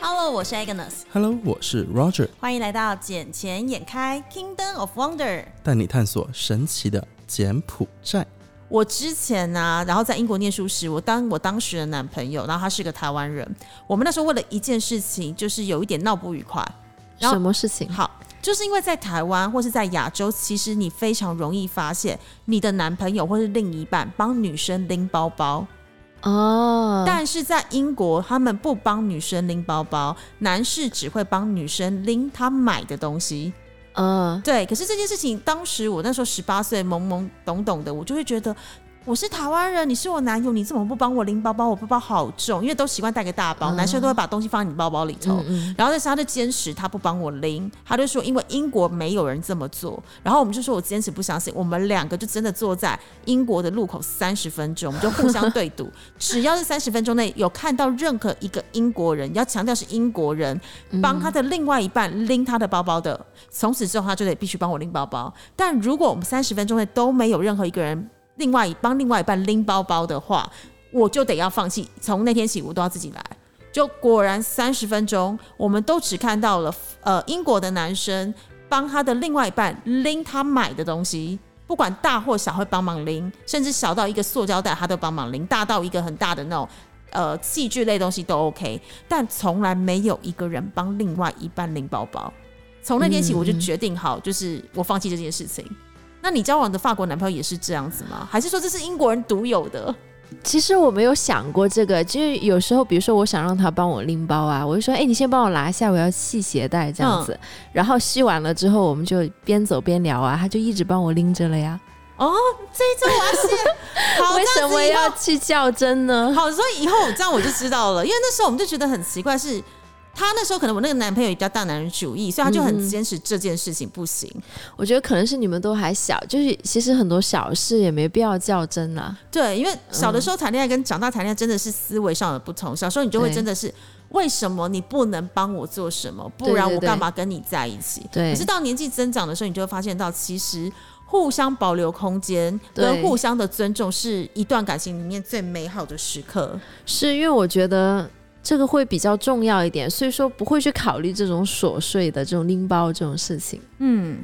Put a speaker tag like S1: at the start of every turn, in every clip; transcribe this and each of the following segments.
S1: Hello，我是 Agnes，
S2: Hello，我是 Roger，
S1: 欢迎来到《捡钱眼开 Kingdom of Wonder》。
S2: 带你探索神奇的柬埔寨。
S1: 我之前呢、然后在英国念书时，我当我当时的男朋友，然后他是个台湾人，我们那时候为了一件事情，就是有一点闹不愉快。然后
S3: 什么事情？
S1: 好，就是因为在台湾或是在亚洲，其实你非常容易发现你的男朋友或是另一半帮女生拎包包，
S3: 哦，
S1: 但是在英国他们不帮女生拎包包，男士只会帮女生拎他买的东西。
S3: 嗯，
S1: 对，可是这件事情，当时我那时候十八岁，懵懵懂懂的，我就会觉得我是台湾人，你是我男友，你怎么不帮我拎包包？我包包好重，因为都习惯带个大包，男生都会把东西放在你包包里头。然后但是他就坚持他不帮我拎，他就说因为英国没有人这么做。然后我们就说我坚持不相信，我们两个就真的坐在英国的路口三十分钟，我们就互相对赌，只要是三十分钟内有看到任何一个英国人，要强调是英国人，帮他的另外一半拎他的包包的，从此之后他就得必须帮我拎包包。但如果我们三十分钟内都没有任何一个人另外一帮另外一半拎包包的话，我就得要放弃。从那天起，我都要自己来。就果然三十分钟，我们都只看到了呃英国的男生帮他的另外一半拎他买的东西，不管大或小会帮忙拎，甚至小到一个塑胶袋他都帮忙拎，大到一个很大的那种呃器具类东西都 OK，但从来没有一个人帮另外一半拎包包。从那天起，我就决定好，就是我放弃这件事情。那你交往的法国男朋友也是这样子吗？还是说这是英国人独有的？
S3: 其实我没有想过这个，就是有时候，比如说我想让他帮我拎包啊，我就说，哎，你先帮我拿一下，我要系鞋带这样子。然后系完了之后，我们就边走边聊啊，他就一直帮我拎着了呀。
S1: 哦，这一周我要写，好，
S3: 为什么
S1: 这样
S3: 要
S1: 子
S3: 去较真呢
S1: 以后？好？所以以后这样我就知道了，因为那时候我们就觉得很奇怪是。他那时候可能我那个男朋友也比较大男人主义，所以他就很坚持这件事情不行。
S3: 我觉得可能是你们都还小，就是其实很多小事也没必要较真啊啦、
S1: 对，因为小的时候谈恋爱跟长大谈恋爱真的是思维上的不同。小时候你就会
S3: 对
S1: 真的是，为什么你不能帮我做什么？不
S3: 对
S1: 然
S3: 对
S1: 我
S3: 对
S1: 干嘛跟你在一起？
S3: 对
S1: 可是到年纪增长的时候，你就会发现到，其实互相保留空间跟
S3: 对
S1: 互相的尊重是一段感情里面最美好的时刻。
S3: 是因为我觉得这个会比较重要一点，所以说不会去考虑这种琐碎的这种拎包这种事情。
S1: 嗯，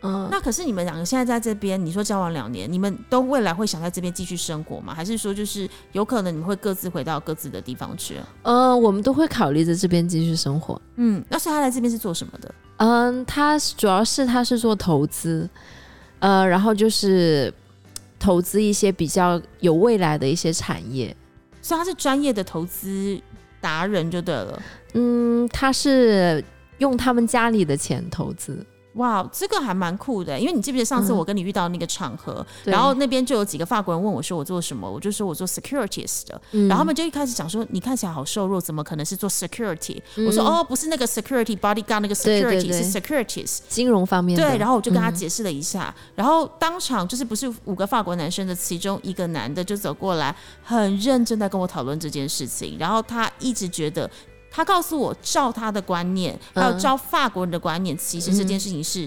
S3: 嗯，
S1: 那可是你们两个现在在这边，你说交往两年，你们都未来会想在这边继续生活吗？还是说就是有可能你们会各自回到各自的地方去？
S3: 呃，我们都会考虑在这边继续生活。
S1: 嗯，那所以他来这边是做什么的？
S3: 嗯，他是主要是他是做投资，呃，然后就是投资一些比较有未来的一些产业。
S1: 所以他是专业的投资达人就对了。
S3: 嗯，他是用他们家里的钱投资。
S1: 哇，这个还蛮酷的，欸因为你记不记得上次
S3: 嗯
S1: 我跟你遇到那个场合，
S3: 对
S1: 然后那边就有几个法国人问我说我做什么，我就说我做 securities 的，
S3: 嗯
S1: 然后他们就一开始讲说你看起来好瘦弱，怎么可能是做 security？、我说
S3: 嗯
S1: 哦，不是那个 security bodyguard 那个 security
S3: 对对对
S1: 是 securities，
S3: 金融方面的，
S1: 对，然后我就跟他
S3: 嗯
S1: 解释了一下，然后当场就是不是五个法国男生的其中一个男的就走过来，很认真的跟我讨论这件事情，然后他一直觉得。他告诉我，照他的观念，还有
S3: 嗯
S1: 照法国人的观念，其实这件事情是，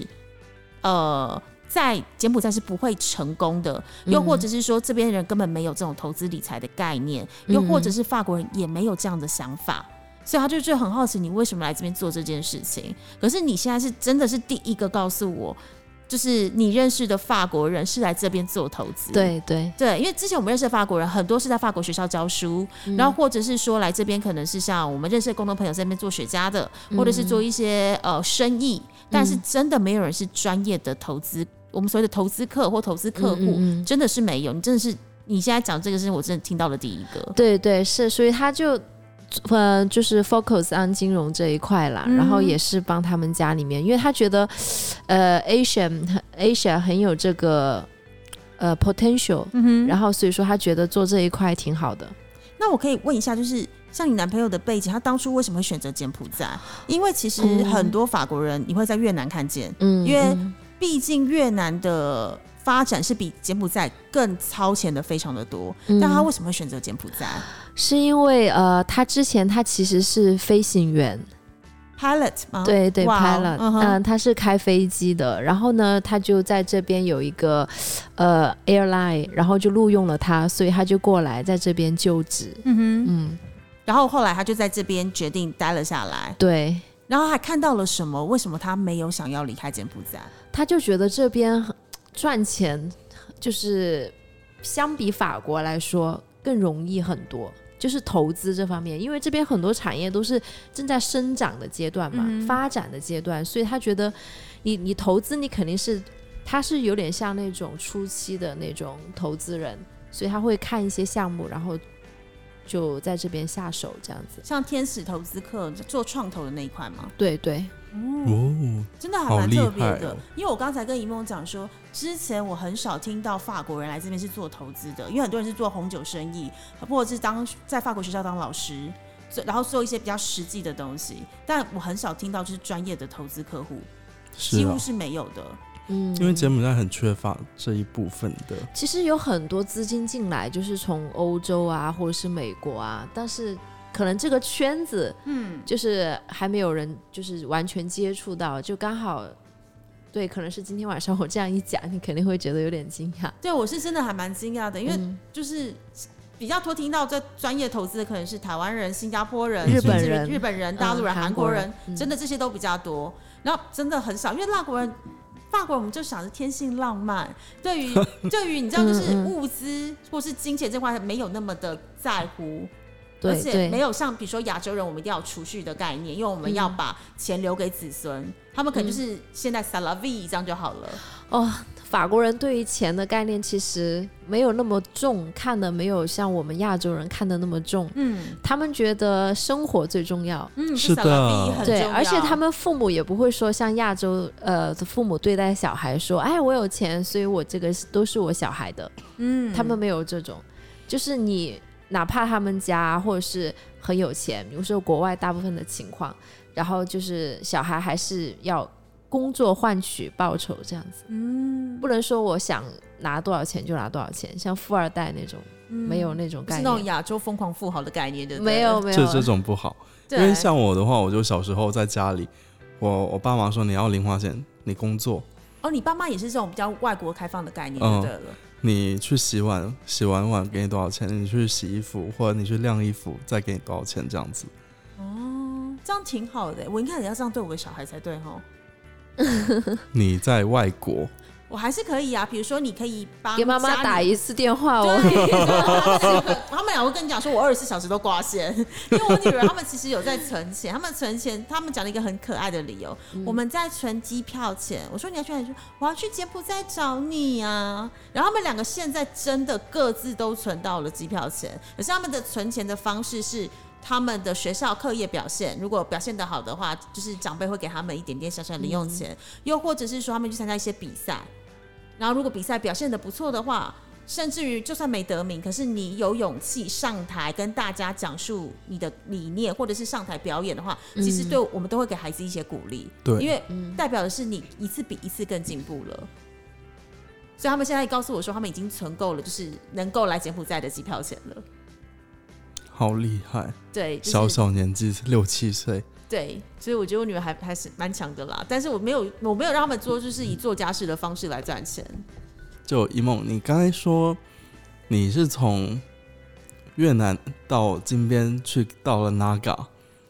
S3: 嗯
S1: 呃，在柬埔寨是不会成功的。
S3: 嗯
S1: 又或者是说，这边人根本没有这种投资理财的概念，
S3: 嗯
S1: 又或者是法国人也没有这样的想法。所以他就就很好奇你为什么来这边做这件事情。可是你现在是真的是第一个告诉我，就是你认识的法国人是来这边做投资。
S3: 对对，
S1: 对，因为之前我们认识的法国人很多是在法国学校教书，
S3: 嗯
S1: 然后或者是说来这边可能是像我们认识的共同朋友在那边做雪茄的，
S3: 嗯
S1: 或者是做一些呃生意，但是真的没有人是专业的投资，我们所谓的投资客或投资客户，
S3: 嗯嗯嗯
S1: 真的是没有。你真的是你现在讲这个事情，我真的听到了第一个。
S3: 对对是，所以他就。呃，就是 focus on 金融这一块
S1: 嗯
S3: 啦，然后也是帮他们家里面，因为他觉得，呃，Asian Asia 很有这个呃 potential，、然
S1: 嗯
S3: 后所以说他觉得做这一块挺好的。
S1: 那我可以问一下，就是像你男朋友的背景，他当初为什么会选择柬埔寨？因为其实很多法国人你会在越南看见，
S3: 嗯，
S1: 因为
S3: 嗯
S1: 毕竟越南的发展是比柬埔寨更超前的非常的多。
S3: 嗯
S1: 但他为什么会选择柬埔寨
S3: 是因为呃，他之前他其实是飞行员，
S1: ？Pilot 吗？
S3: 对对
S1: 哇
S3: ，pilot，
S1: 嗯哼
S3: 嗯，他是开飞机的，然后呢，他就在这边有一个呃 airline，然后就录用了他，所以他就过来在这边就职。
S1: 嗯哼，
S3: 嗯，
S1: 然后后来他就在这边决定待了下来，
S3: 对，
S1: 然后还看到了什么？为什么他没有想要离开柬埔寨？
S3: 他就觉得这边赚钱就是相比法国来说更容易很多。就是投资这方面，因为这边很多产业都是正在生长的阶段嘛，发展的阶段，所以他觉得你你投资你肯定是，他是有点像那种初期的那种投资人，所以他会看一些项目，然后就在这边下手这样子。
S1: 像天使投资客做创投的那一块吗？
S3: 对对，
S2: 哦，
S1: 真的还
S2: 好
S1: 蛮
S2: 厉
S1: 特别
S2: 害
S1: 的
S2: 哦，
S1: 因为我刚才跟一梦讲说，之前我很少听到法国人来这边是做投资的，因为很多人是做红酒生意，或者是当在法国学校当老师，做然后做一些比较实际的东西，但我很少听到就是专业的投资客户，
S2: 是
S1: 几
S2: 啊
S1: 乎，是没有的。
S3: 嗯，
S2: 因为柬埔寨很缺乏这一部分的，
S3: 其实有很多资金进来，就是从欧洲啊，或者是美国啊，但是可能这个圈子，嗯，就是还没有人就是完全接触到，就刚好，对，可能是今天晚上我这样一讲，你肯定会觉得有点惊讶，嗯
S1: 对我是真的还蛮惊讶的，因为就是。比较多听到这专业投资的可能是台湾人、新加坡人、
S2: 日
S1: 甚至
S3: 本人
S1: 日本人、大陆人、
S3: 嗯
S1: 韩
S3: 韩
S1: 国
S3: 国人
S1: 人，真的这些都比较多。然后真的很少，因为法国人，法国人我们就想着天性浪漫，对 于对于你知道就是
S3: 嗯嗯
S1: 物资或是金钱这块没有那么的在乎，而
S3: 对
S1: 且没
S3: 对，
S1: 有像比如说亚洲人，我们一定要有储蓄的概念，因为我们要把钱留给子孙，他
S3: 嗯
S1: 们可能就是现在 salavi 这样就好了。
S3: 哦，法国人对于钱的概念其实没有那么重，看的没有像我们亚洲人看的那么重，
S1: 嗯
S3: 他们觉得生活最重要，
S1: 嗯，
S2: 是的
S1: salavi 很
S3: 对，
S1: 重
S3: 而且
S1: 要
S3: 他们父母也不会说像亚洲呃的父母对待小孩说，哎，我有钱，所以我这个是都是我小孩的，
S1: 嗯
S3: 他们没有这种，就是你哪怕他们家或者是很有钱，比如说国外大部分的情况，然后就是小孩还是要工作换取报酬这样子，
S1: 嗯
S3: 不能说我想拿多少钱就拿多少钱，像富二代那种没有那种
S1: 嗯不是
S3: 概
S1: 那种
S3: 念，
S1: 亚洲疯狂富豪的概念，对不对？
S3: 没有，没有
S2: 这这种不好。因
S1: 对
S2: 为像我的话，我就小时候在家里，我我爸妈说你要零花钱，你工作，
S1: 哦，你爸妈也是这种比较外国开放的概念，
S2: 嗯
S1: 对了。
S2: 你去洗碗，洗完碗给你多少钱？你去洗衣服或者你去晾衣服，再给你多少钱？这样子，
S1: 这样挺好的，欸我应该也要这样对我的小孩才对哈。
S2: 你在外国，
S1: 我还是可以啊，比如说你可以帮
S3: 给妈妈
S1: 家
S3: 打
S1: 里
S3: 一次电话哦。
S1: 对， 他们俩会跟你讲说，我二十四小时都挂线， 因为我女儿他们其实有在存钱，他们存钱，他们讲了一个很可爱的理由，
S3: 嗯
S1: 我们在存机票钱。我说你要去哪里？说我要去柬埔寨找你啊。然后他们两个现在真的各自都存到了机票钱，可是他们的存钱的方式是。他们的学校课业表现，如果表现得好的话，就是长辈会给他们一点点小小的零用钱，又或者是说他们去参加一些比赛，然后如果比赛表现得不错的话，甚至于就算没得名，可是你有勇气上台跟大家讲述你的理念，或者是上台表演的话，其实对我们都会给孩子一些鼓励，
S2: 对
S1: 因为代表的是你一次比一次更进步了。所以他们现在告诉我说，他们已经存够了，就是能够来柬埔寨的机票钱了。
S2: 好厉害，
S1: 对，就是、
S2: 小小年纪六七岁，
S1: 对，所以我觉得我女儿还还是蛮强的啦。但是我没有，我没有让他们做，就是以做家事的方式来赚钱。
S2: 就一梦，你刚才说你是从越南到金边去到了 Naga，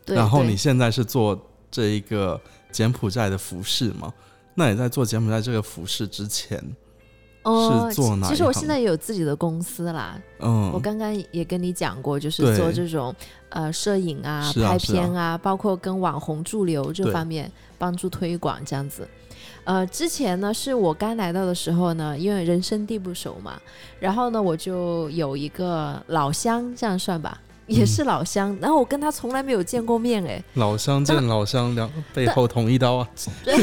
S3: 对
S2: 然后
S3: 对
S2: 你现在是做这一个柬埔寨的服饰嘛？那你在做柬埔寨这个服饰之前，
S3: 哦，
S2: 是做
S3: 其
S2: 哪
S3: 其实
S2: 一
S3: 我
S2: 行
S3: 现在也有自己的公司啦，我
S2: 嗯，
S3: 刚刚也跟你讲过，就是
S2: 对
S3: 做这种呃摄影啊、
S2: 是啊
S3: 拍
S2: 是
S3: 片啊，包括跟网红驻留这
S2: 对
S3: 方面帮助推广这样子。呃，之前呢是我刚来到的时候呢，因为人生地不熟嘛，然后呢我就有一个老乡，这样算吧，
S2: 嗯
S3: 也是老乡，然后我跟他从来没有见过面哎，
S2: 老乡见老乡，两背后捅一刀啊！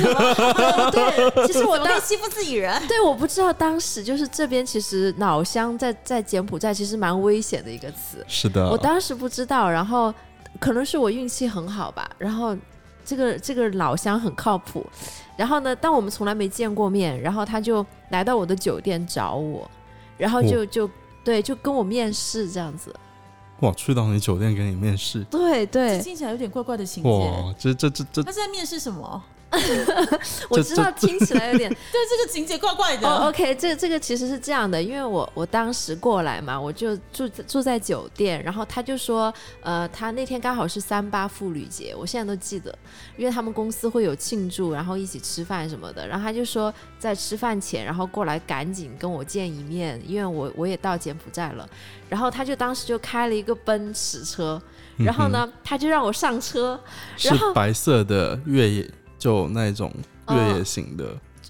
S3: 对，其实我
S1: 我
S3: 当
S1: 被欺负自己人，
S3: 对，我不知道当时就是这边其实老乡在在柬埔寨其实蛮危险的一个词，
S2: 是的，
S3: 我当时不知道，然后可能是我运气很好吧，然后这个这个老乡很靠谱，然后呢，但我们从来没见过面，然后他就来到我的酒店找我，然后就就对就跟我面试这样子，
S2: 哇，去到你酒店给你面试，
S3: 对 对
S1: 这，听起来有点怪怪的情节。
S2: 哇，这这这这
S1: 他是在面试什么？
S3: 我
S2: 这
S3: 知道听起来有点
S1: 对，这个情节怪怪的。
S3: 哦、o k 这这个其实是这样的，因为我我当时过来嘛，我就住住在酒店，然后他就说，呃，他那天刚好是三八妇女节，我现在都记得，因为他们公司会有庆祝，然后一起吃饭什么的，然后他就说在吃饭前，然后过来赶紧跟我见一面，因为我我也到柬埔寨了，然后他就当时就开了一个奔驰车，
S2: 嗯
S3: 然后呢，他就让我上车，
S2: 是
S3: 然后哦
S2: 白色的越野，就那种越野型的。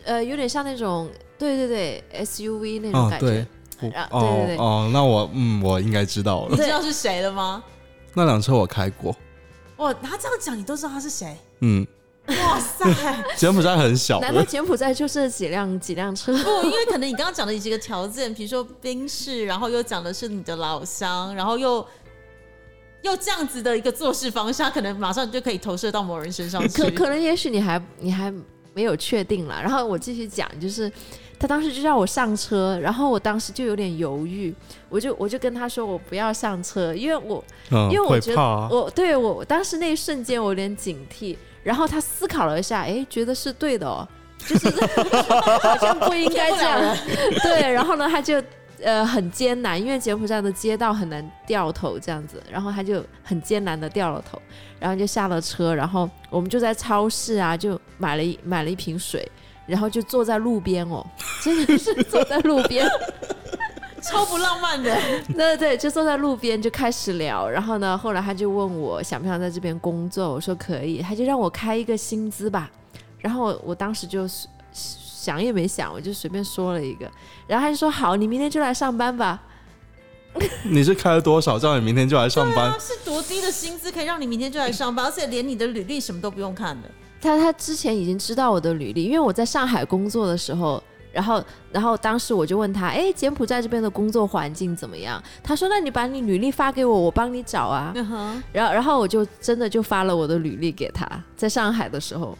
S3: 呃，有点像那种，对对对，SUV 那种
S2: 哦，
S3: 感觉。
S2: 对，我
S3: 然后对
S2: 哦
S3: 对对
S2: 哦，那我嗯，我应该知道
S1: 你
S2: 了。
S1: 知道是谁了吗？
S2: 那辆车我开过，
S1: 哇，他这样讲，你都知道他是谁？
S2: 嗯，
S1: 哇塞！
S2: 柬埔寨很小
S3: 难道
S2: 的，
S3: 柬埔寨就这几辆几 辆车？
S1: 不，因为可能你刚刚讲的几个条件，比如说宾士，然后又讲的是你的老乡，然后又又这样子的一个做事方式，他可能马上就可以投射到某人身上去。
S3: 可可能也许你还你还没有确定了。然后我继续讲，就是他当时就让我上车，然后我当时就有点犹豫，我就我就跟他说我不要上车，因为我
S2: 嗯，
S3: 因为我
S2: 会
S3: 觉得
S2: 怕啊。
S3: 我对我我当时那一瞬间我有点警惕。然后他思考了一下，哎，觉得是对的哦，就是 好像不应该这
S1: 骗不了
S3: 样。 对，然后呢，他就。呃，很艰难，因为柬埔寨的街道很难掉头这样子，然后他就很艰难的掉了头，然后就下了车，然后我们就在超市啊，就买了一买了一瓶水，然后就坐在路边哦，真的是坐在路边，
S1: 超不浪漫的，
S3: 对对对，就坐在路边就开始聊，然后呢，后来他就问我想不想在这边工作，我说可以，他就让我开一个薪资吧，然后我我当时就随想也没想，我就随便说了一个，然后他就说好，你明天就来上班吧，
S2: 你是开了多少？这样你明天就来上班
S1: 他？ 是多低的薪资可以让你明天就来上班，而且连你的履历什么都不用看的。
S3: 他他之前已经知道我的履历，因为我在上海工作的时候，然后然后当时我就问他，哎，柬埔寨这边的工作环境怎么样？他说，那你把你履历发给我，我帮你找啊。
S1: 嗯哼，
S3: 然后然后我就真的就发了我的履历给他，在上海的时候，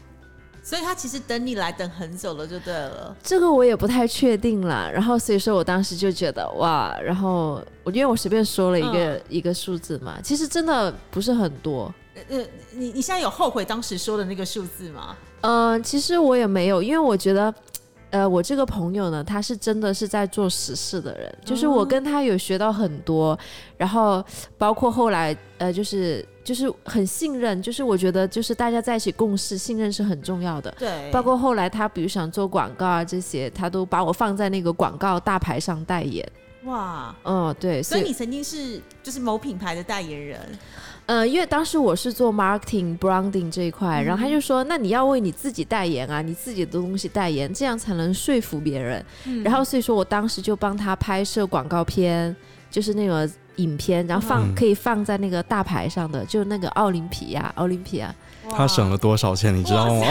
S1: 所以他其实等你来等很久了，就对了。
S3: 这个我也不太确定了。然后所以说我当时就觉得哇，然后我因为我随便说了一个、一个数字嘛，其实真的不是很多。
S1: 呃，你你现在有后悔当时说的那个数字吗？
S3: 嗯、其实我也没有，因为我觉得，呃，我这个朋友呢，他是真的是在做实事的人，就是我跟他有学到很多，然后包括后来，呃，就是就是很信任，就是我觉得就是大家在一起共事，信任是很重要的。
S1: 对，
S3: 包括后来他比如想做广告啊这些，他都把我放在那个广告大牌上代言。
S1: 哇，
S3: 嗯，对，
S1: 所
S3: 所
S1: 以你曾经是就是某品牌的代言人，
S3: 呃，因为当时我是做 marketing branding 这一块，然后他就说，那你要为你自己代言啊，你自己的东西代言，这样才能说服别人。
S1: 嗯
S3: 然后所以说我当时就帮他拍摄广告片，就是那个影片，然后放、
S2: 嗯
S3: 可以放在那个大牌上的，就那个奥林匹亚，奥林匹亚。
S2: 他省了多少钱？你知道吗？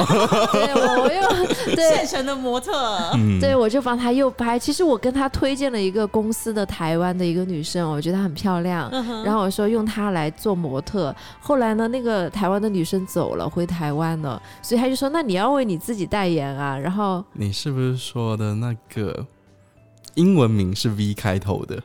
S3: 对，我我又对
S1: 现成的模特。
S2: 嗯，
S3: 对，我就帮他又拍。其实我跟他推荐了一个公司的台湾的一个女生，我觉得她很漂亮，
S2: 嗯
S3: 然后我说用她来做模特。后来呢，那个台湾的女生走了，回台湾了，所以他就说：“那你要为你自己代言啊。”然后
S2: 你是不是说的那个英文名是 V 开头的？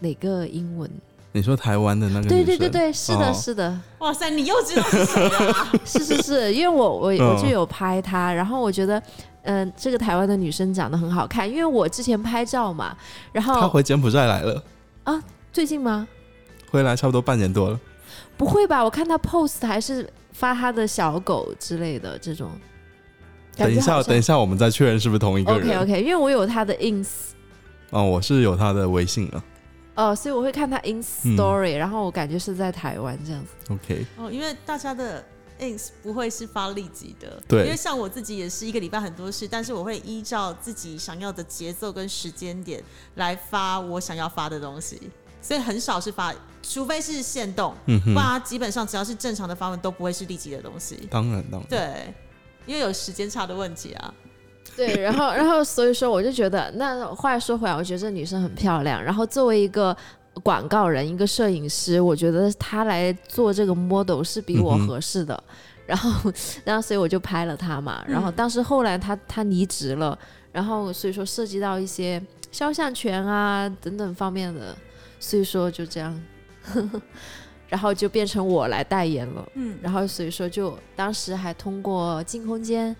S3: 哪个英文？
S2: 你说台湾的那个？
S3: 对对对，对，是的，
S2: 哦
S3: 是的，
S1: 哇塞，你又知道是谁了？
S3: 是是是，因为我我我
S2: 嗯
S3: 就有拍她，然后我觉得。嗯，这个台湾的女生长得很好看，因为我之前拍照嘛，然
S2: 他
S3: 后
S2: 回柬埔寨来了，
S3: 最近吗？
S2: 回来差不多半年多了。
S3: 不会吧？我看他 post 还是发他的小狗之类的这种。
S2: 等一下，等一
S3: 下
S2: 下，我们再确认是不是同一个人。
S3: OK OK，因为我有他的 ins
S2: 哦，我是有他的微信啊。
S3: 哦，所以我会看他 ins
S2: 嗯
S3: story，、然后我感觉是在台湾这样子。
S2: OK，
S1: 哦，因为大家的 ins 不会是发立即的，
S2: 对
S1: 因为像我自己也是一个礼拜很多事，但是我会依照自己想要的节奏跟时间点来发我想要发的东西，所以很少是发，除非是限动，
S2: 嗯
S1: 不
S2: 哼，
S1: 然基本上只要是正常的发文都不会是立即的东西。
S2: 当然当然。
S1: 对，因为有时间差的问题啊。
S3: 对，然后然 后所以说我就觉得，那话说回来，我觉得这女生很漂亮。然后作为一个广告人、一个摄影师，我觉得她来做这个 model 是比我
S2: 嗯哼
S3: 合适的。然后， 然后所以我就拍了她嘛。然后，但是后来她她离职了，然后所以说涉及到一些肖像权啊等等方面的，所以说就这样。 然后就变成我来代言了。
S1: 嗯，
S3: 然后所以说就当时还通过进空间，
S2: 嗯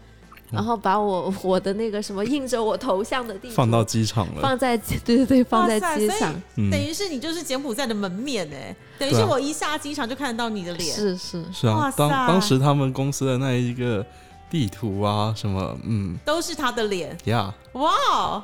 S3: 然后把我 我的那个什么印着我头像的地图
S2: 放到机场了，
S3: 放在对对对放在
S1: 哇塞
S3: 机
S1: 所以
S3: 场，
S2: 嗯，
S1: 等于是你就是柬埔寨的门面哎、等于
S2: 对
S1: 是
S2: 啊
S1: 我一下机场就看得到你的脸，
S3: 是是
S2: 是
S1: 哇
S2: 啊，
S1: 塞
S2: 当当时他们公司的那一个地图啊，什么，嗯
S1: 都是他的脸，
S2: 呀
S1: 哇哦，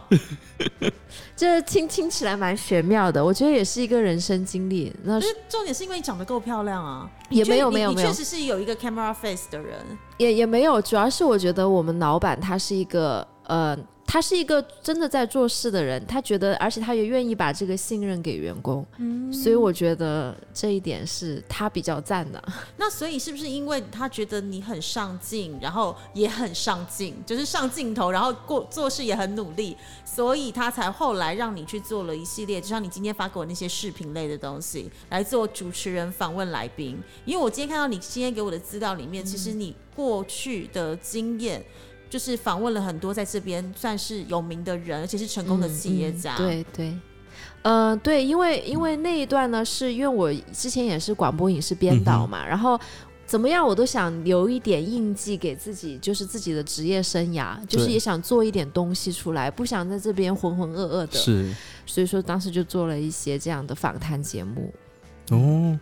S3: 这听听起来蛮玄妙的，我觉得也是一个人生经历。那
S1: 可是重点是因为你长得够漂亮啊，
S3: 呃也
S1: 你确
S3: 没有
S1: 你
S3: 没有
S1: 你
S3: 没有
S1: 确实是有一个 camera face 的人，
S3: 也也没有，主要是我觉得我们老板他是一个呃，他是一个真的在做事的人，他觉得，而且他也愿意把这个信任给员工，
S1: 嗯
S3: 所以我觉得这一点是他比较赞的。
S1: 那所以是不是因为他觉得你很上进，然后也很上进，就是上镜头，然后过做事也很努力，所以他才后来让你去做了一系列，就像你今天发给我那些视频类的东西，来做主持人访问来宾。因为我今天看到你今天给我的资料里
S3: 嗯
S1: 面，其实你过去的经验。就是访问了很多在这边算是有名的人，而且是成功的企业家。
S3: 嗯嗯对对。嗯，对，因为因为那一段呢，是因为我之前也是广播影视
S2: 嗯
S3: 编导嘛，然后怎么样我都想留一点印记给自己，就是自己的职业生涯，就是
S2: 对
S3: 也想做一点东西出来，不想在这边浑浑噩噩的。
S2: 是
S3: 所以说当时就做了一些这样的访谈节目。
S2: 哦。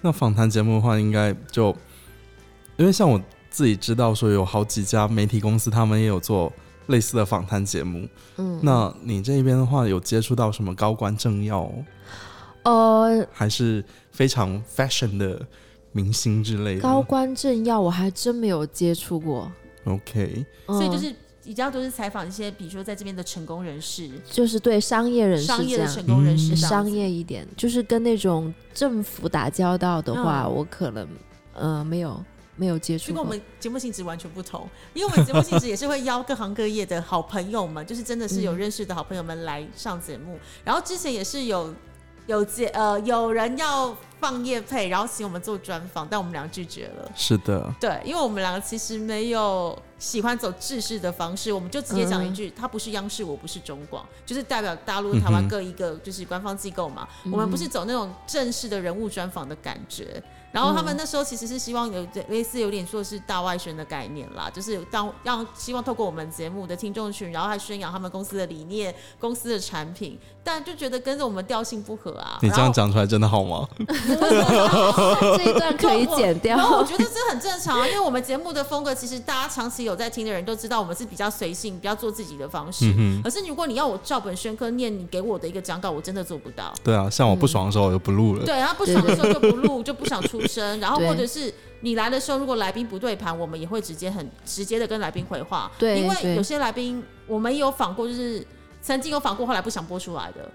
S2: 那访谈节目的话，应该就因为像我自己知道说有好几家媒体公司，他们也有做类似的访谈节目。
S3: 嗯，
S2: 那你这边的话，有接触到什么高官政要，
S3: 呃，
S2: 还是非常 fashion 的明星之类的？
S3: 高官政要我还真没有接触过，
S2: OK，
S1: 所以就
S3: 嗯
S1: 是比较都是采访一些，比如说在这边的成功人士、
S3: 就是对商业人士
S1: 商业
S3: 这
S1: 的
S3: 样。
S1: 成功人士这
S2: 嗯
S1: 样子、
S3: 商业一点，就是跟那种政府打交道的话，
S1: 嗯
S3: 我可能呃没有没有接
S1: 就
S3: 触
S1: 跟
S3: 过。
S1: 我们节目性质完全不同，因为我们节目性质也是会邀各行各业的好朋友们，就是真的是
S3: 嗯
S1: 有认识的好朋友们来上节目。然后之前也是有有节呃有人要放夜配，然后请我们做专访，但我们俩拒绝了。
S2: 是的，
S1: 对，因为我们两个其实没有喜欢走制式的方式，我们就直接讲一句，它不是央视，我不是中广，就是代表大陆、台
S2: 嗯
S1: 湾
S2: 哼
S1: 各一个就是官方机构嘛。我们不是走那种正式的人物专访的感觉。然后他们那时候其实是希望有类似有点说是大外宣的概念啦，就是当让希望透过我们节目的听众群，然后还宣扬他们公司的理念、公司的产品，但就觉得跟着我们调性不合啊。
S2: 你这
S1: 然后
S2: 样讲出来真的好吗？
S3: 这一段可以剪 掉
S1: 然。后我觉得这很正常啊，因为我们节目的风格，其实大家长期有在听的人都知道，我们是比较随性、比较做自己的方
S2: 嗯
S1: 式。可是如果你要我照本宣科念你给我的一个讲稿，我真的做不到。
S2: 对啊，像我不爽的时候我就不录了。
S1: 对，然后不爽的时候就不录， 就不想出声。然后
S3: 对
S1: 或者是你来的时候，如果来宾不对盘，我们也会直接很直接的跟来宾回话。
S3: 对
S1: 因
S3: 对
S1: 为有些来宾我们也有访过，就是曾经有访过，后来不想播出来的。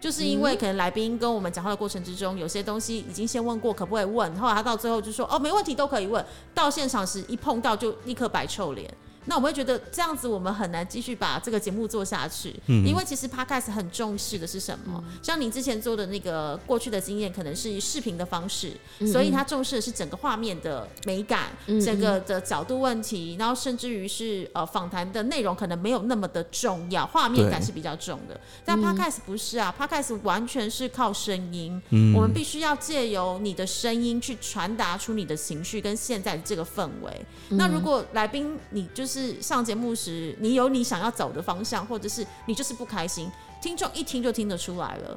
S1: 就是因为可能来宾跟我们讲话的过程之中，有些东西已经先问过，可不可以问？后来他到最后就说哦，没问题，都可以问。到现场时一碰到就立刻摆臭脸，那我们会觉得这样子我们很难继续把这个节目做下去，因为其实 podcast 很重视的是什么？
S3: 嗯
S1: 像你之前做的那个过去的经验，可能是视频的方式，所以它重视的是整个画面的美感，
S3: 嗯
S1: 整个的角度问题，然后甚至于是呃访谈的内容可能没有那么的重要，画面感
S2: 对
S1: 是比较重的。但 podcast 不是啊，podcast 完全是靠声音，
S2: 嗯
S1: 我们必须要借由你的声音去传达出你的情绪跟现在的这个氛围。那如果来宾你就是上节目时，你有你想要走的方向，或者是你就是不开心，听众一听就听得出来了。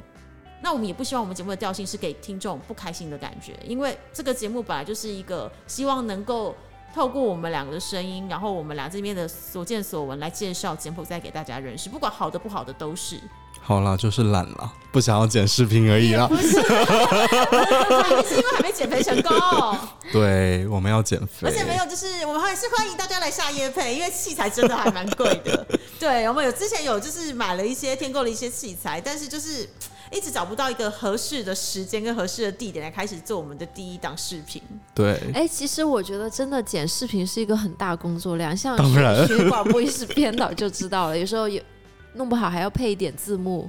S1: 那我们也不希望我们节目的调性是给听众不开心的感觉，因为这个节目本来就是一个希望能够透过我们两个的声音，然后我们俩这边的所见所闻来介绍柬埔寨给大家认识，不管好的不好的都是。
S2: 好啦，就是懒了，不想要剪视频而已啦
S1: 不。是，是因为还没减肥成功，
S2: 对，我们要减肥。
S1: 而且没有，就是我们还是欢迎大家来下夜配，因为器材真的还蛮贵的。 对，我们有之前有就是买了一些添购了一些器材，但是就是一直找不到一个合适的时间跟合适的地点来开始做我们的第一档视频。
S2: 对，
S3: 哎，其实我觉得真的剪视频是一个很大工作量，像
S2: 当然
S3: 学学 广播影视编导就知道了，有时候有弄不好还要配一点字幕，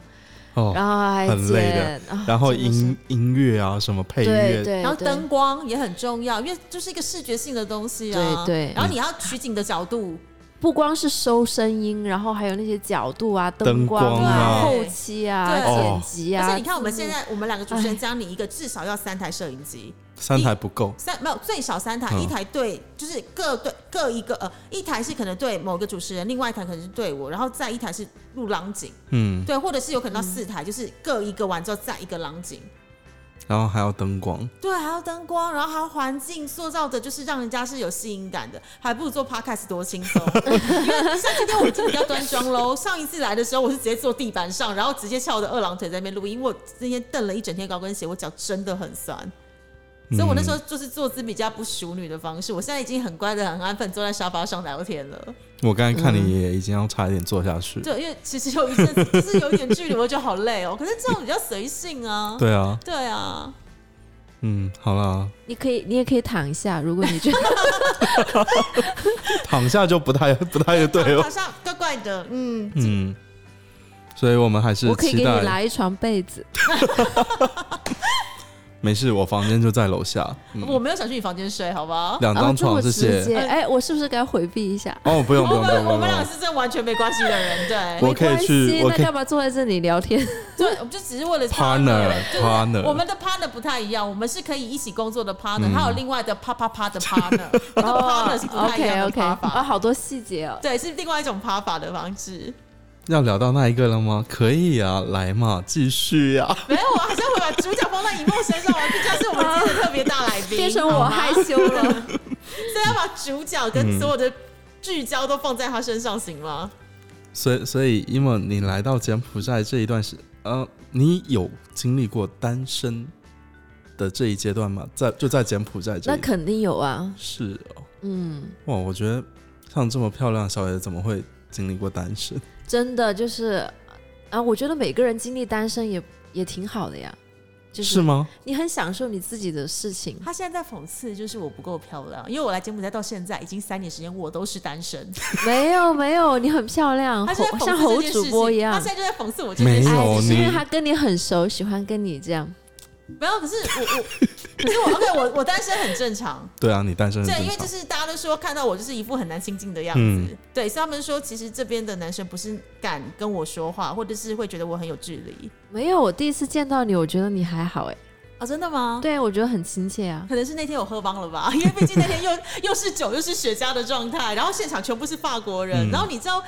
S2: 哦，
S3: 然后还
S2: 很累的
S3: 剪，啊
S2: 然后
S3: 真的是
S2: 音音乐啊，什么配
S3: 对
S2: 乐，
S3: 对，
S1: 然后
S3: 对
S1: 灯光也很重要，因为就是一个视觉性的东西啊。
S3: 对对
S1: 然后你要取景的角度，
S3: 不光是收声音，然后还有那些角度啊、
S2: 灯
S3: 光
S2: 光
S1: 啊
S3: 后期啊、
S1: 对
S3: 剪辑
S1: 而
S3: 啊。
S1: 且你看，我们现
S3: 字幕
S1: 在我们两个主持人加你一个，至少要三台摄影机，
S2: 三台不够，
S1: 三没有最少三台，
S2: 嗯
S1: 一台对就是各对各一个呃，一台是可能对某个主持人，另外一台可能是对我，然后再一台是录朗景，
S2: 嗯，
S1: 对，或者是有可能到四台，就是各一个完之后再一个朗景，
S2: 然后还要灯光，
S1: 对，还要灯光，然后还要环境塑造的，就是让人家是有吸引感的，还不如做 podcast 多轻 松。因为像今天我就比较端庄喽，上一次来的时候我是直接坐地板上，然后直接翘着二郎腿在那边录音，因为我那天蹬了一整天高跟鞋，我脚真的很酸。
S2: 嗯
S1: 所以我那时候就是坐姿比较不淑女的方式，我现在已经很乖的、很安分，坐在沙发上聊天了。
S2: 我刚才看你也已经要差一点坐下去，
S1: 对，因为其实有一阵子就是有一点距离，我就好累哦。可是这样比较随性啊。
S2: 对啊，
S1: 对啊，
S2: 嗯，好啦，
S3: 你可以，你也可以躺一下，如果你觉得
S2: 躺下就不太 不太对 哦
S1: 好，像怪怪的，嗯，
S2: 嗯，所以我们还是
S3: 我可以给
S2: 期
S3: 你
S2: 待，
S3: 来一床被子。
S2: 没事，我房间就在楼下，嗯
S1: 我没有想去你房间睡，好不好？
S2: 两
S3: 啊
S2: 张
S3: 这么
S2: 床，谢
S3: 直接
S2: 谢。
S3: 哎，我是不是该回避一下？
S2: 哦，不用不
S1: 我
S2: 用不
S1: 们
S2: 用不
S1: 我们
S2: 用不
S1: 两个
S2: 用，
S1: 是真完全没关系的人，对
S2: 我可以去
S3: 没关系
S2: 我
S3: 那
S2: 可以
S3: 干嘛坐在这里聊 天？
S1: 对，我们就只是为了
S2: Partner，
S1: 对
S2: partner
S1: 我们的 partner 不太一样，我们是可以一起工作的 partner，
S2: 嗯
S1: 还有另外的啪啪啪的 partner，那个
S3: 哦
S1: partner 是不太一
S3: OK
S1: 样的
S3: OK，
S1: 啪
S3: 啊，
S1: 法，
S3: 好多细节哦。
S1: 对，是另外一种啪法的方式。
S2: 要聊到那一个了吗？可以啊，来嘛，继续 啊呀、
S1: 没有，啊我还是会把主角放到荧幕身上，毕竟是我们今天的特别大来宾，
S3: 变成我
S1: 好吗
S3: 害羞 了。
S1: 所以要把主角跟所有的聚焦都放在他身上，行吗？
S2: 所以，所以，因为你来到柬埔寨这一段时，呃，你有经历过单身的这一阶段吗？在就在柬埔寨这
S3: 那
S2: 一
S3: 肯定有啊，
S2: 是哦，
S3: 嗯，
S2: 哇，我觉得像这么漂亮的小姐怎么会经历过单身？
S3: 真的就是啊，我觉得每个人经历单身也也挺好的呀，就是是
S2: 吗？
S3: 你很享受你自己的事情。
S1: 他现在在讽刺，就是我不够漂亮，因为我来柬埔寨到现在已经三年时间，我都是单身。
S3: 没有没有，你很漂亮，
S1: 他
S3: 侯
S1: 现在讽刺
S3: 哦像侯
S1: 这件事
S3: 主
S1: 情
S3: 播一样
S1: 他。现在就在讽刺我这
S2: 没
S1: 件事。
S2: 有
S3: 哎，只是因为
S2: 哦你
S3: 他跟你很熟，喜欢跟你这样。
S1: 没有，可是我我，可是我 OK，我我单身很正常。
S2: 对啊，你单 身很
S1: 对，因
S2: 正
S1: 为就
S2: 常。
S1: 是大家都说看到我就是一副很难亲近的样子，
S2: 嗯
S1: 对，所以他们说其实这边的男生不是敢跟我说话，或者是会觉得我很有距离
S3: 没有，我第一次见到你，我觉得你还好哎，
S1: 啊，真的吗？
S3: 对我觉得很亲切啊。
S1: 可能是那天我喝帮了吧，因为毕竟那天又又是酒又是雪茄的状态，然后现场全部是法国人，
S2: 嗯
S1: 然后你知道。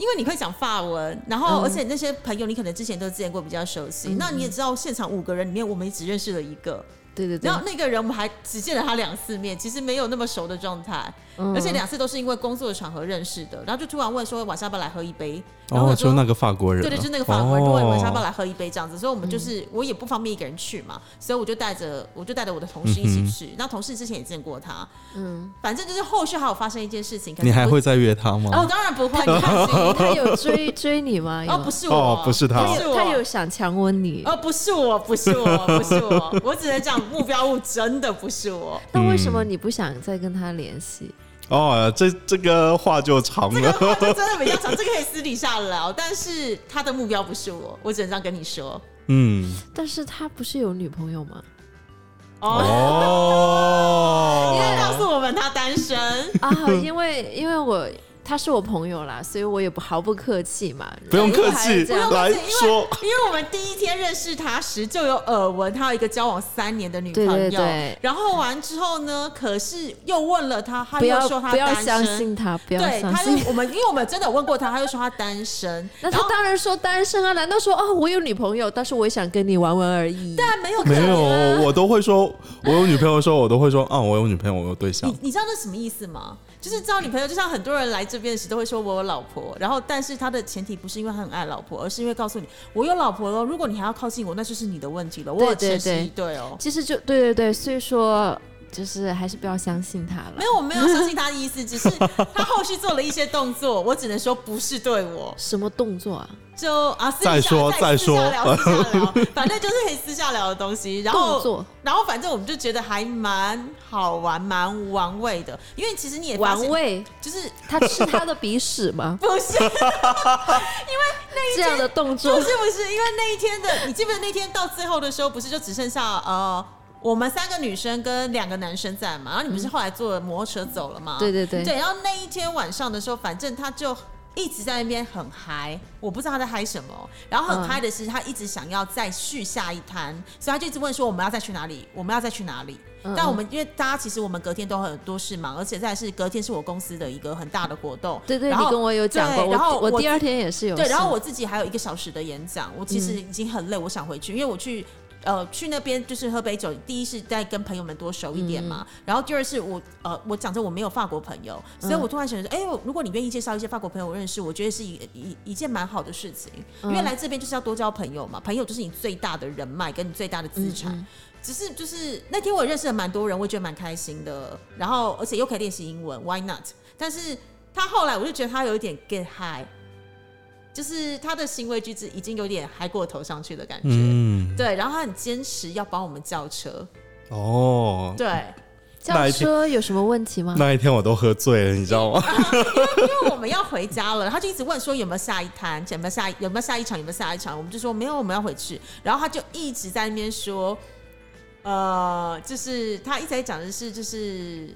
S1: 因为你会讲法文，然后
S3: 嗯
S1: 而且那些朋友你可能之前都见过，比较熟悉。那你也知道，现场五个人里面我们只认识了一个，
S3: 对对对
S1: 然，后那个人我们还只见了他两次面，其实没有那么熟的状态，
S3: 嗯
S1: 而且两次都是因为工作的场合认识的。然后就突然问说晚上要不要来喝一杯，然
S2: 然
S1: 后
S2: 后
S1: 我
S2: 哦说那个法国人啊，
S1: 对对，就是那个法国人，就问晚上要不要
S2: 哦嗯
S1: 来喝一杯这样子，所以我们就是、我也不方便一个人去嘛，所以我就带着我就带着我的同事一
S2: 嗯
S1: 起
S2: 哼
S1: 去。那同事之前也见过他，
S3: 嗯，
S1: 反正就是后续还有发生一件事情，可是
S2: 你还
S1: 不
S2: 会再约他吗？
S1: 哦，当然不会，你放心。
S3: 他有追 追你 吗？有
S1: 哦，不是我，
S2: 哦不是他
S1: 不
S3: 他
S1: 是
S3: 有
S1: 我，
S3: 他有想强吻你，
S1: 哦，不是我，不是我，不是我，我只能讲目标物真的不是我。
S3: 那为什么你不想再跟他联系？
S2: 哦，这这个话就长
S1: 这个话就真的比较长，这个可以私底下聊，但是他的目标不是我，我只能这样跟你说。
S2: 嗯，
S3: 但是他不是有女朋友
S1: 嗯
S3: 吗？
S1: 哦，
S2: 哦，
S1: 你要告诉我们他单身，
S3: 啊，因为因为我他是我朋友啦，所以我也不毫不客气嘛。
S2: 不用客气，
S3: 这样
S2: 来
S1: 因为
S2: 说。
S1: 因为我们第一天认识他时就有耳闻他有一个交往三年的女朋友，
S3: 对对对
S1: 然后完之后呢，可是又问了他，他
S3: 不
S1: 又
S3: 要
S1: 说他
S3: 不要
S1: 单
S3: 相
S1: 身。
S3: 信他，不要
S1: 对，
S3: 相
S1: 他
S3: 信。
S1: 就我们，因为我们真的有问过他，他就说他单身，
S3: 那
S1: 然
S3: 他
S1: 后
S3: 当然说单身啊，难道说哦我有女朋友，但是我也想跟你玩玩而已？
S1: 但没有可
S2: 没
S1: 能
S2: 有，
S1: 啊
S2: 我都会说，我有女朋友的时候，我都会说，啊，我有女朋友，我有对象
S1: 你。你知道那什么意思吗？就是知道女朋友，就像很多人来这边时都会说我有老婆，然后但是他的前提不是因为他很爱老婆，而是因为告诉你我有老婆了，如果你还要靠近我，那就是你的问题了。我有前
S3: 对对
S1: 妻一对哦。
S3: 其实就对对对，所以说就是还是不要相信他了
S1: 没。有，我没有相信他的意思，只是他后续做了一些动作，我只能说不是对我，
S3: 什么动作啊？
S1: 就啊，私底下
S2: 再说
S1: 再
S2: 再
S1: 私下
S2: 说
S1: 聊，私下 聊，反正就是可以私下聊的东西。然
S3: 动
S1: 后，
S3: 作
S1: 然后反正我们就觉得还蛮好玩、蛮玩味的，因为其实你也发
S3: 玩
S1: 现，
S3: 味？
S1: 就是？
S3: 他吃他的鼻屎吗
S1: 不是
S3: 这样的动作
S1: 不是不是，因为那一天的，你记不记得那天到最后的时候，不是就只剩下呃我们三个女生跟两个男生在嘛，然后你们是后来坐摩托车走了嘛？
S3: 对对对，
S1: 对，然后那一天晚上的时候，反正他就一直在那边很嗨，我不知道他在嗨什么。然后很嗨的是，他一直想要再续下一摊，所以他就一直问说我们要再去哪里，我们要再去哪里。
S3: 嗯
S1: 但我们因为大家其实我们隔天都很多事忙，而且再来是隔天是我公司的一个很大的活动，
S3: 对对，
S1: 然
S3: 你
S1: 后
S3: 跟我有讲过，
S1: 对然后
S3: 我
S1: 我
S3: 第二天也是有事，嗯
S1: 对，然后我自己还有一个小时的演讲，我其实已经很累，我想回去，因为我去。呃，去那边就是喝杯酒。第一是在跟朋友们多熟一点嘛，
S3: 嗯
S1: 然后第二是我呃，我讲真，我没有法国朋友，所以我突然想说，哎、我如果你愿意介绍一些法国朋友我认识，我觉得是一一一件蛮好的事情，因为
S3: 嗯
S1: 来这边就是要多交朋友嘛，朋友就是你最大的人脉跟你最大的资产。
S3: 嗯
S1: 只是就是那天我认识了蛮多人，我也觉得蛮开心的，然后而且又可以练习英文，Why not？但是他后来我就觉得他有一点 get high，就是他的行为举止已经有点嗨过头上去的感觉。
S2: 嗯，
S1: 对，然后他很坚持要帮我们叫车，
S2: 哦，
S1: 对，
S3: 这
S2: 那
S3: 样
S2: 一天
S3: 说有什么问题吗？
S2: 那一天我都喝醉了，你知道吗？
S1: 嗯因为我们要回家了，他就一直问说有没有下一摊，有没有下有没有下一场，有没有下一场，我们就说没有，我们要回去。然后他就一直在那边说，呃，就是他一直在讲的是，就是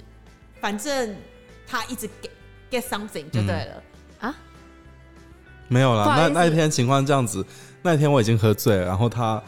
S1: 反正他一直 get get something 就对了。
S2: 没有
S3: 不
S2: 啦，
S3: 好意
S2: 那
S3: 思
S2: 那一天情况这样子，那一天我已经喝醉了，然后他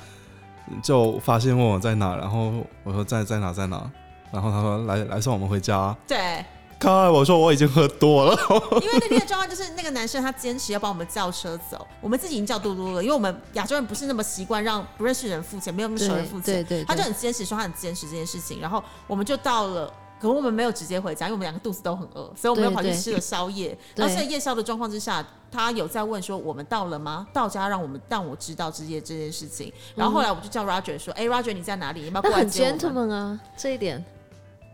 S2: 就发现问我在哪，然后我说在在哪在哪，然后他说来来送我们回家，
S1: 对，
S2: 看我说我已经喝多了，
S1: 因为那天的状况就是那个男生他坚持要帮我们叫车走，我们自己已经叫嘟嘟了，因为我们亚洲人不是那么习惯让不认识人付钱，没有那么
S3: 对
S1: 熟人付
S3: 对
S1: 钱，
S3: 对，
S1: 他就
S3: 对
S1: 很坚持说他很坚持这件事情，然后我们就到了。可我们没有直接回家，因为我们两个肚子都很饿，所以我们又
S3: 对
S1: 跑去
S3: 对
S1: 吃了宵夜。
S3: 对
S1: 然后在夜宵的状况之下，他有在问说我们到了吗？到家让我们让我知道这些这件事情。然后后来我就叫 Roger 说：“哎、r o g e r 你在哪里？你要不要过
S3: 那
S1: 来
S3: 很
S1: 接我们？”
S3: gentleman 啊，这一点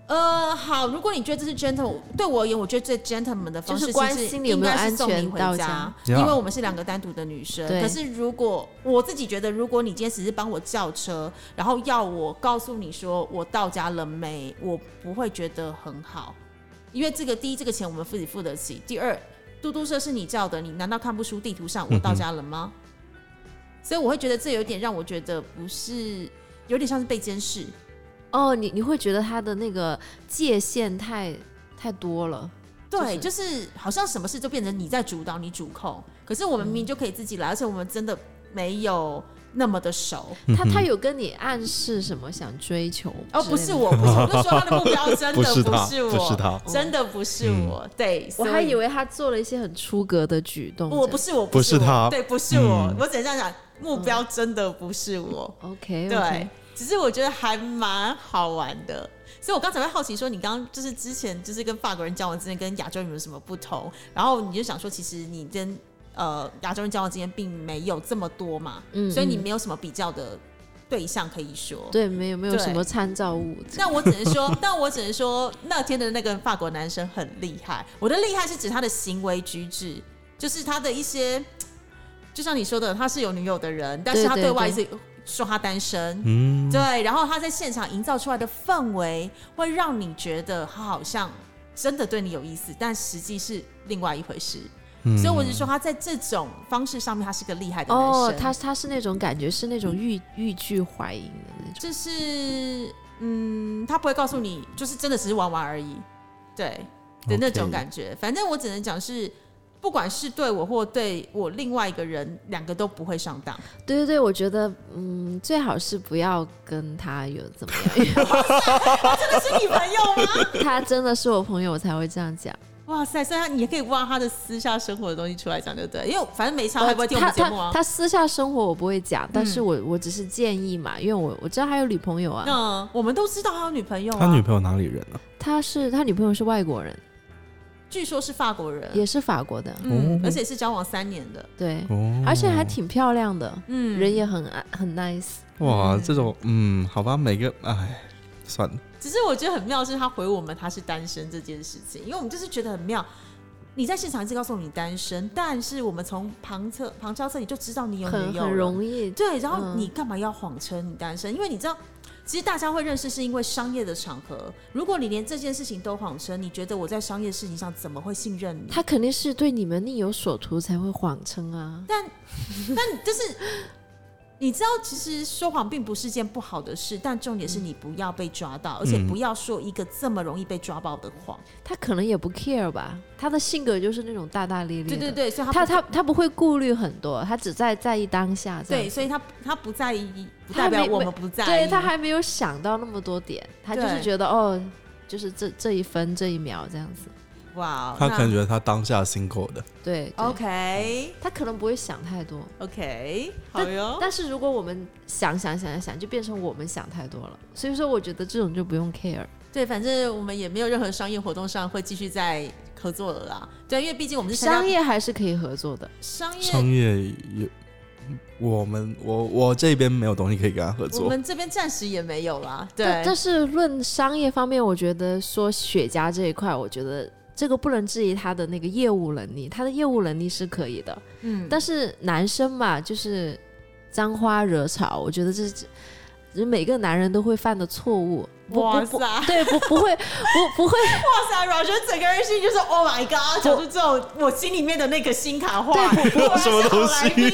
S1: 呃，好，如果你觉得这是 gentleman，对我而言，我觉得最 gentleman 的方式
S3: 就是关心你有
S1: 应
S3: 没有
S1: 该是
S3: 安
S1: 送你
S3: 全
S1: 回
S3: 到
S1: 家
S3: 家，
S1: 因
S2: Yeah
S1: 为我们是两个单独的女生。
S3: 对
S1: 可是如果我自己觉得，如果你今天只是帮我叫车，然后要我告诉你说我到家了没，我不会觉得很好，因为这个第一，这个钱我们自己付得起；第二，嘟嘟车是你叫的，你难道看不出地图上我到家了吗？所以我会觉得这有点让我觉得不是，有点像是被监视。
S3: 哦，你你会觉得他的那个界限太太多了，
S1: 对，
S3: 就
S1: 就是好像什么事就变成你在主导、你主控，可是我们明明就可以自己来，而且我们真的没有那么的熟。
S2: 嗯
S3: 他他有跟你暗示什么想追求？
S1: 哦，不是，我，不是，我就说他 的目标真的
S2: 不是他，
S1: 是
S2: 不是
S1: 我，
S2: 他，嗯
S1: 真的不是我。对，
S3: 我
S1: 所
S3: 还以
S1: 为
S3: 为他做了一些很出格的举动。
S1: 我不是我，
S2: 不是
S1: 我
S2: 他
S1: 对，不是我
S2: 嗯，
S1: 我只能这样讲，目标真的不是我。
S3: OK，
S1: 对，只是我觉得还蛮好玩的。所以我刚才会好奇说，你刚刚就是之前就是跟法国人交往之间跟亚洲人有什么不同？然后你就想说，其实你跟呃亚洲人交往之间并没有这么多嘛，
S3: 嗯
S1: 所以你
S3: 嗯
S1: 没有什么比较的对象可以说。
S3: 对，没有没有
S1: 对
S3: 什么参照物。
S1: 那我只能说，那我只能说，那天的那个法国男生很厉害。我的厉害是指他的行为举止，就是他的一些，就像你说的，他是有女友的人，但是
S3: 对
S1: 他
S3: 对
S1: 对外
S3: 对
S1: 是说他单身，
S2: 嗯，
S1: 对，然后他在现场营造出来的氛围，会让你觉得他好像真的对你有意思，但实际是另外一回事。
S2: 嗯
S1: 所以我就说，他在这种方式上面，他是个厉害的男生。
S3: 哦，他他是那种感觉是那种欲欲拒还迎的那种。
S1: 就是嗯，他不会告诉你，就是真的只是玩玩而已，对的那种
S2: OK
S1: 感觉。反正我只能讲是。不管是对我或对我另外一个人，两个都不会上 当。
S3: 对对对，我觉得嗯，最好是不要跟他有怎么样， 因为
S1: 那是你朋友吗？
S3: 他真的是我朋友，我才会这样讲。
S1: 哇塞！所以他你也可以挖他的私下生活的东西出来讲，对不对？因为反正没差，他
S3: 他
S1: 也不会听我们节目啊
S3: 他。他私下生活我不会讲，但是我我只是建议嘛，因为我我知道他有女朋友啊，
S1: 那我们都知道他有女朋友、啊，
S2: 他女朋友哪里人啊？
S3: 他是他女朋友是外国人，
S1: 据说是法国人，
S3: 也是法国的，
S1: 嗯
S2: 哦，
S1: 而且是交往三年的，
S3: 对，
S2: 哦，
S3: 而且还挺漂亮的，
S1: 嗯，
S3: 人也很爱很 nice。
S2: 哇，
S1: 嗯
S2: 这种嗯，好吧，每个哎，算了，
S1: 只是我觉得很妙，是他回我们他是单身这件事情，因为我们就是觉得很妙。你在现场一直告诉我你单身，但是我们从旁侧旁敲侧击就知道你有
S3: 很
S1: 女友
S3: 很
S1: 了，
S3: 容易，
S1: 对，然后
S3: 嗯
S1: 你干嘛要谎称你单身？因为你知道，其实大家会认识是因为商业的场合。如果你连这件事情都谎称，你觉得我在商业事情上怎么会信任你？
S3: 他肯定是对你们另有所图才会谎称啊。
S1: 但就是你知道，其实说谎并不是件不好的事，但重点是你不要被抓
S3: 嗯
S1: 到，而且不要说一个这么容易被抓包的谎。
S3: 他可能也不 care 吧，他的性格就是那种大大咧咧
S1: 对对
S3: 的。
S1: 对，所以
S3: 他
S1: 他
S3: 他他不会顾虑很多，他只在在意当下。这样
S1: 对，所以他他不在意，不
S3: 他
S1: 代表
S3: 没
S1: 我
S3: 没
S1: 们不在意。
S3: 对他还没有想到那么多点，他就是
S1: 对
S3: 觉得哦，就是这这一分这一秒这样子。
S1: 哇，
S2: 他可能
S1: 那
S2: 觉得他当下辛苦的，
S3: 对对
S1: OK
S3: 他可能不会想太多。
S1: OK 好哟。
S3: 但是如果我们想想想想想，就变成我们想太多了。所以说，我觉得这种就不用 care。
S1: 对，反正我们也没有任何商业活动上会继续再合作了啦。对，因为毕竟我们是参加
S3: 商业还是可以合作的，
S1: 商业
S2: 商业也，我们我我这边没有东西可以跟他合
S1: 我
S2: 作。
S1: 们这边暂时也没有啦。对，
S3: 但但是论商业方面，我觉得说雪茄这一块，我觉得这个不能质疑他的那个业务能力，他的业务能力是可以的。
S1: 嗯，
S3: 但是男生嘛，就是沾花惹草，我觉得这是每个男人都会犯的错误。不
S1: 哇
S3: 不
S1: 塞
S3: 不，对，不不会，不不会，
S1: 哇塞，Roger 整个人心就是 Oh my God，讲出这种我心里面的那个心坎话，我
S2: 什么东西
S1: 来嗯宾？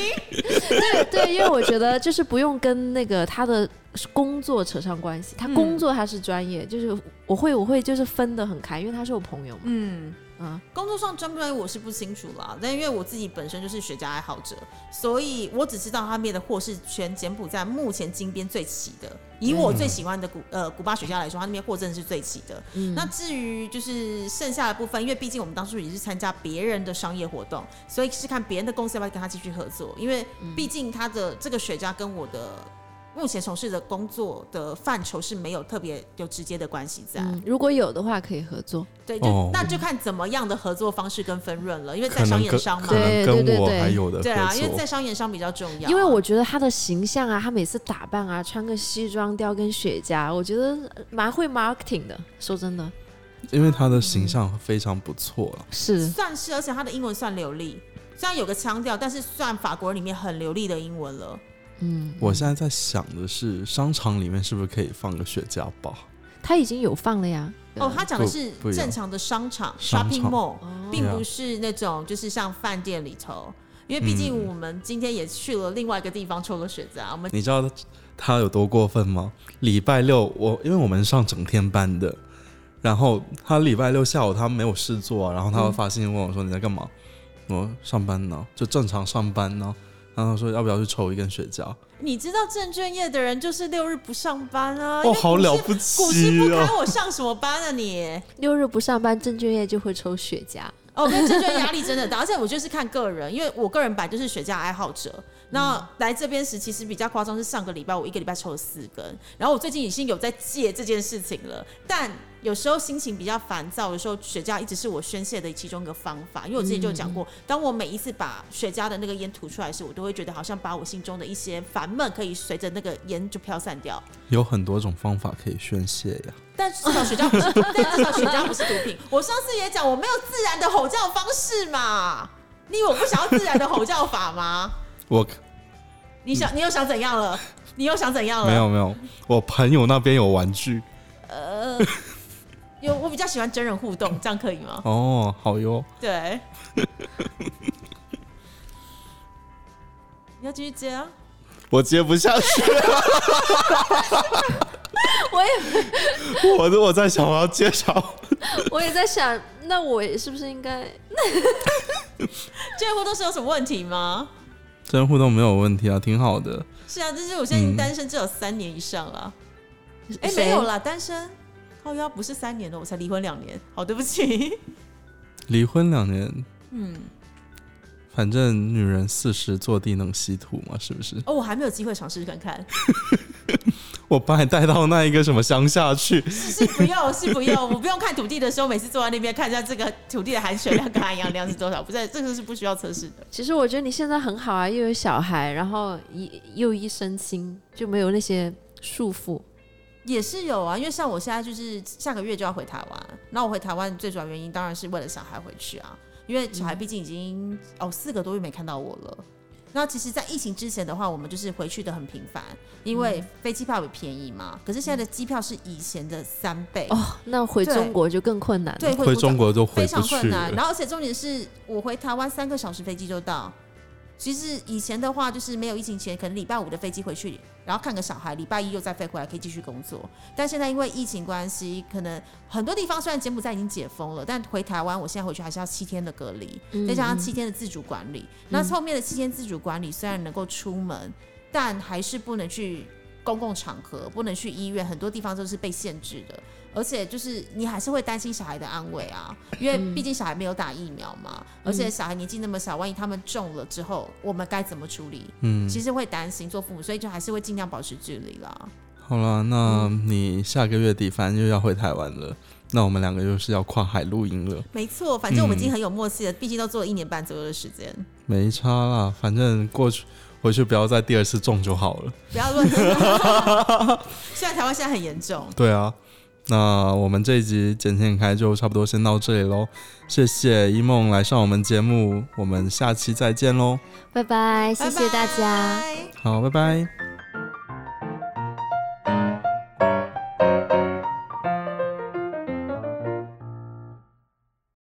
S3: 对对，因为我觉得就是不用跟那个他的工作扯上关系，他工作他是专业，就是我会我会就是分得很开，因为他是我朋友嘛，
S1: 嗯，
S3: 啊，
S1: 工作上专不专业我是不清楚啦，但因为我自己本身就是雪茄爱好者，所以我只知道他灭的货是全柬埔寨目前金边最齐的。以我最喜欢的古呃古巴雪茄来说，它那边货真的是最齐的。
S3: 嗯
S1: 那至于就是剩下的部分，因为毕竟我们当初也是参加别人的商业活动，所以是看别人的公司要不要跟他继续合作。因为毕竟他的这个雪茄跟我的目前从事的工作的范畴是没有特别有直接的关系在。
S3: 嗯，如果有的话可以合作，
S1: 对，就、
S2: 哦
S1: 那就看怎么样的合作方式跟分润了，因为在
S2: 可
S1: 商
S2: 能
S1: 言
S2: 跟
S1: 商嘛
S2: 可，能
S3: 对对对
S2: 跟我
S3: 对
S2: 还有的合作，
S1: 对啊，因为在商言商比较重要啊、
S3: 因为我觉得他的形象啊，他每次打扮啊，穿个西装，叼根雪茄，我觉得蛮会 marketing 的，说真的
S2: 因为他的形象非常不错了。
S3: 是。
S1: 算是，而且他的英文算流利，虽然有个腔调，但是算法国人里面很流利的英文了。
S3: 嗯，
S2: 我现在在想的是，商场里面是不是可以放个雪茄吧？
S3: 他已经有放了呀。
S1: 哦，他讲的
S2: 不
S1: 是
S2: 不一样
S1: 正常的商场
S2: 商
S1: shopping
S2: 场
S1: mall，
S3: 哦
S1: 并不
S2: 对啊
S1: 是那种就是像饭店里头。因为毕竟
S2: 嗯
S1: 我们今天也去了另外一个地方抽了雪茄，我们
S2: 你知道他有多过分吗？礼拜六我因为我们上整天班的，然后他礼拜六下午他没有事做、啊，然后他会发信息问我说你在干嘛？我说上班呢，就正常上班呢。然后他说要不要去抽一根雪茄？
S1: 你知道证券业的人就是六日不上班啊，因
S2: 哦，
S1: 为
S2: 好
S1: 股市
S2: 了不
S1: 股市
S2: 起
S1: 不开
S2: 哦！
S1: 我上什么班啊你？
S3: 六日不上班，证券业就会抽雪茄。
S1: 哦，跟证券压力真的大，而且我就是看个人，因为我个人本来就是雪茄爱好者。那来这边时，其实比较夸张是上个礼拜我一个礼拜抽了四根，然后我最近已经有在戒这件事情了，但有时候心情比较烦躁，有时候雪茄一直是我宣泄的其中一个方法。因为我之前就讲过，当我每一次把雪茄的那个烟吐出来时，我都会觉得好像把我心中的一些烦闷可以随着那个烟就飘散掉。
S2: 有很多种方法可以宣泄呀。
S1: 但至少雪茄不是，但至少雪茄不是毒 品。我上次也讲，我没有自然的吼叫方式嘛。你以为我不想要自然的吼叫法吗？
S2: 我
S1: 你想，你又想怎样了？你又想怎样了？
S2: 嗯没有没有，我朋友那边有玩具
S1: 有，我比较喜欢真人互动，这样可以吗？
S2: 哦，好哟。
S1: 对。你要继续接啊？
S2: 我接不下去，
S3: 我也
S2: 我我在想我要接啥，
S3: 我也在想，那我是不是应该？
S1: 真人互动是有什么问题吗？
S2: 真人互动没有问题啊，挺好的。
S1: 是啊，就是我现在已经单身至少三年以上啊了。哎、
S3: 谁
S1: 没有，啦，单身靠腰哦不是三年了，我才离婚两年。好，对不起。
S2: 离婚两年，
S1: 嗯。
S2: 反正女人四十坐地能吸土嘛，是不是？
S1: 哦，我还没有机会尝试看看，
S2: 我把你带到那一个什么乡下去，
S1: 是不用，是不用，我不用看土地的时候，每次坐在那边看一下这个土地的含水量跟含氧量是多少，不是这个是不需要测试的。
S3: 其实我觉得你现在很好啊，又有小孩，然后一又一身轻，就没有那些束缚。
S1: 也是有啊，因为像我现在就是下个月就要回台湾，那我回台湾最主要原因当然是为了小孩回去啊，因为小孩毕竟已经、哦四个多月没看到我了。那其实，在疫情之前的话，我们就是回去的很频繁，因为飞机票也便宜嘛。可是现在的机票是以前的三倍，
S3: 哦，那回
S1: 对
S3: 中国就更困难了。
S1: 对，
S2: 回
S1: 不到
S2: 中国就
S1: 非
S2: 回不
S1: 常
S2: 去
S1: 困难。
S2: 了。
S1: 然后，而且重点是我回台湾三个小时飞机就到，其实以前的话，就是没有疫情前，可能礼拜五的飞机回去，然后看个小孩，礼拜一又再飞回来，可以继续工作。但现在因为疫情关系，可能很多地方虽然柬埔寨已经解封了，但回台湾，我现在回去还是要七天的隔离，再加上七天的自主管理。那后面的七天自主管理虽然能够出门，但还是不能去公共场合，不能去医院，很多地方都是被限制的。而且就是你还是会担心小孩的安危啊，因为毕竟小孩没有打疫苗嘛，而且小孩年纪那么小，万一他们中了之后，我们该怎么处理？
S2: 嗯，
S1: 其实会担心做父母，所以就还是会尽量保持距离啦。
S2: 好了，那你下个月底反正又要回台湾了，那我们两个又是要跨海露营了，
S1: 没错，反正我们已经很有默契了，毕竟都做了一年半左右的时间，
S2: 没差啦，反正过去回去不要再第二次中就好了。
S1: 不要乱。 虽然台湾现在很严重，
S2: 对啊，那我们这一集剪剪开就差不多先到这里喽，谢谢一梦来上我们节目，我们下期再见喽，
S3: 拜拜，谢谢大家。
S1: 拜拜
S2: 好，拜拜。
S3: 拜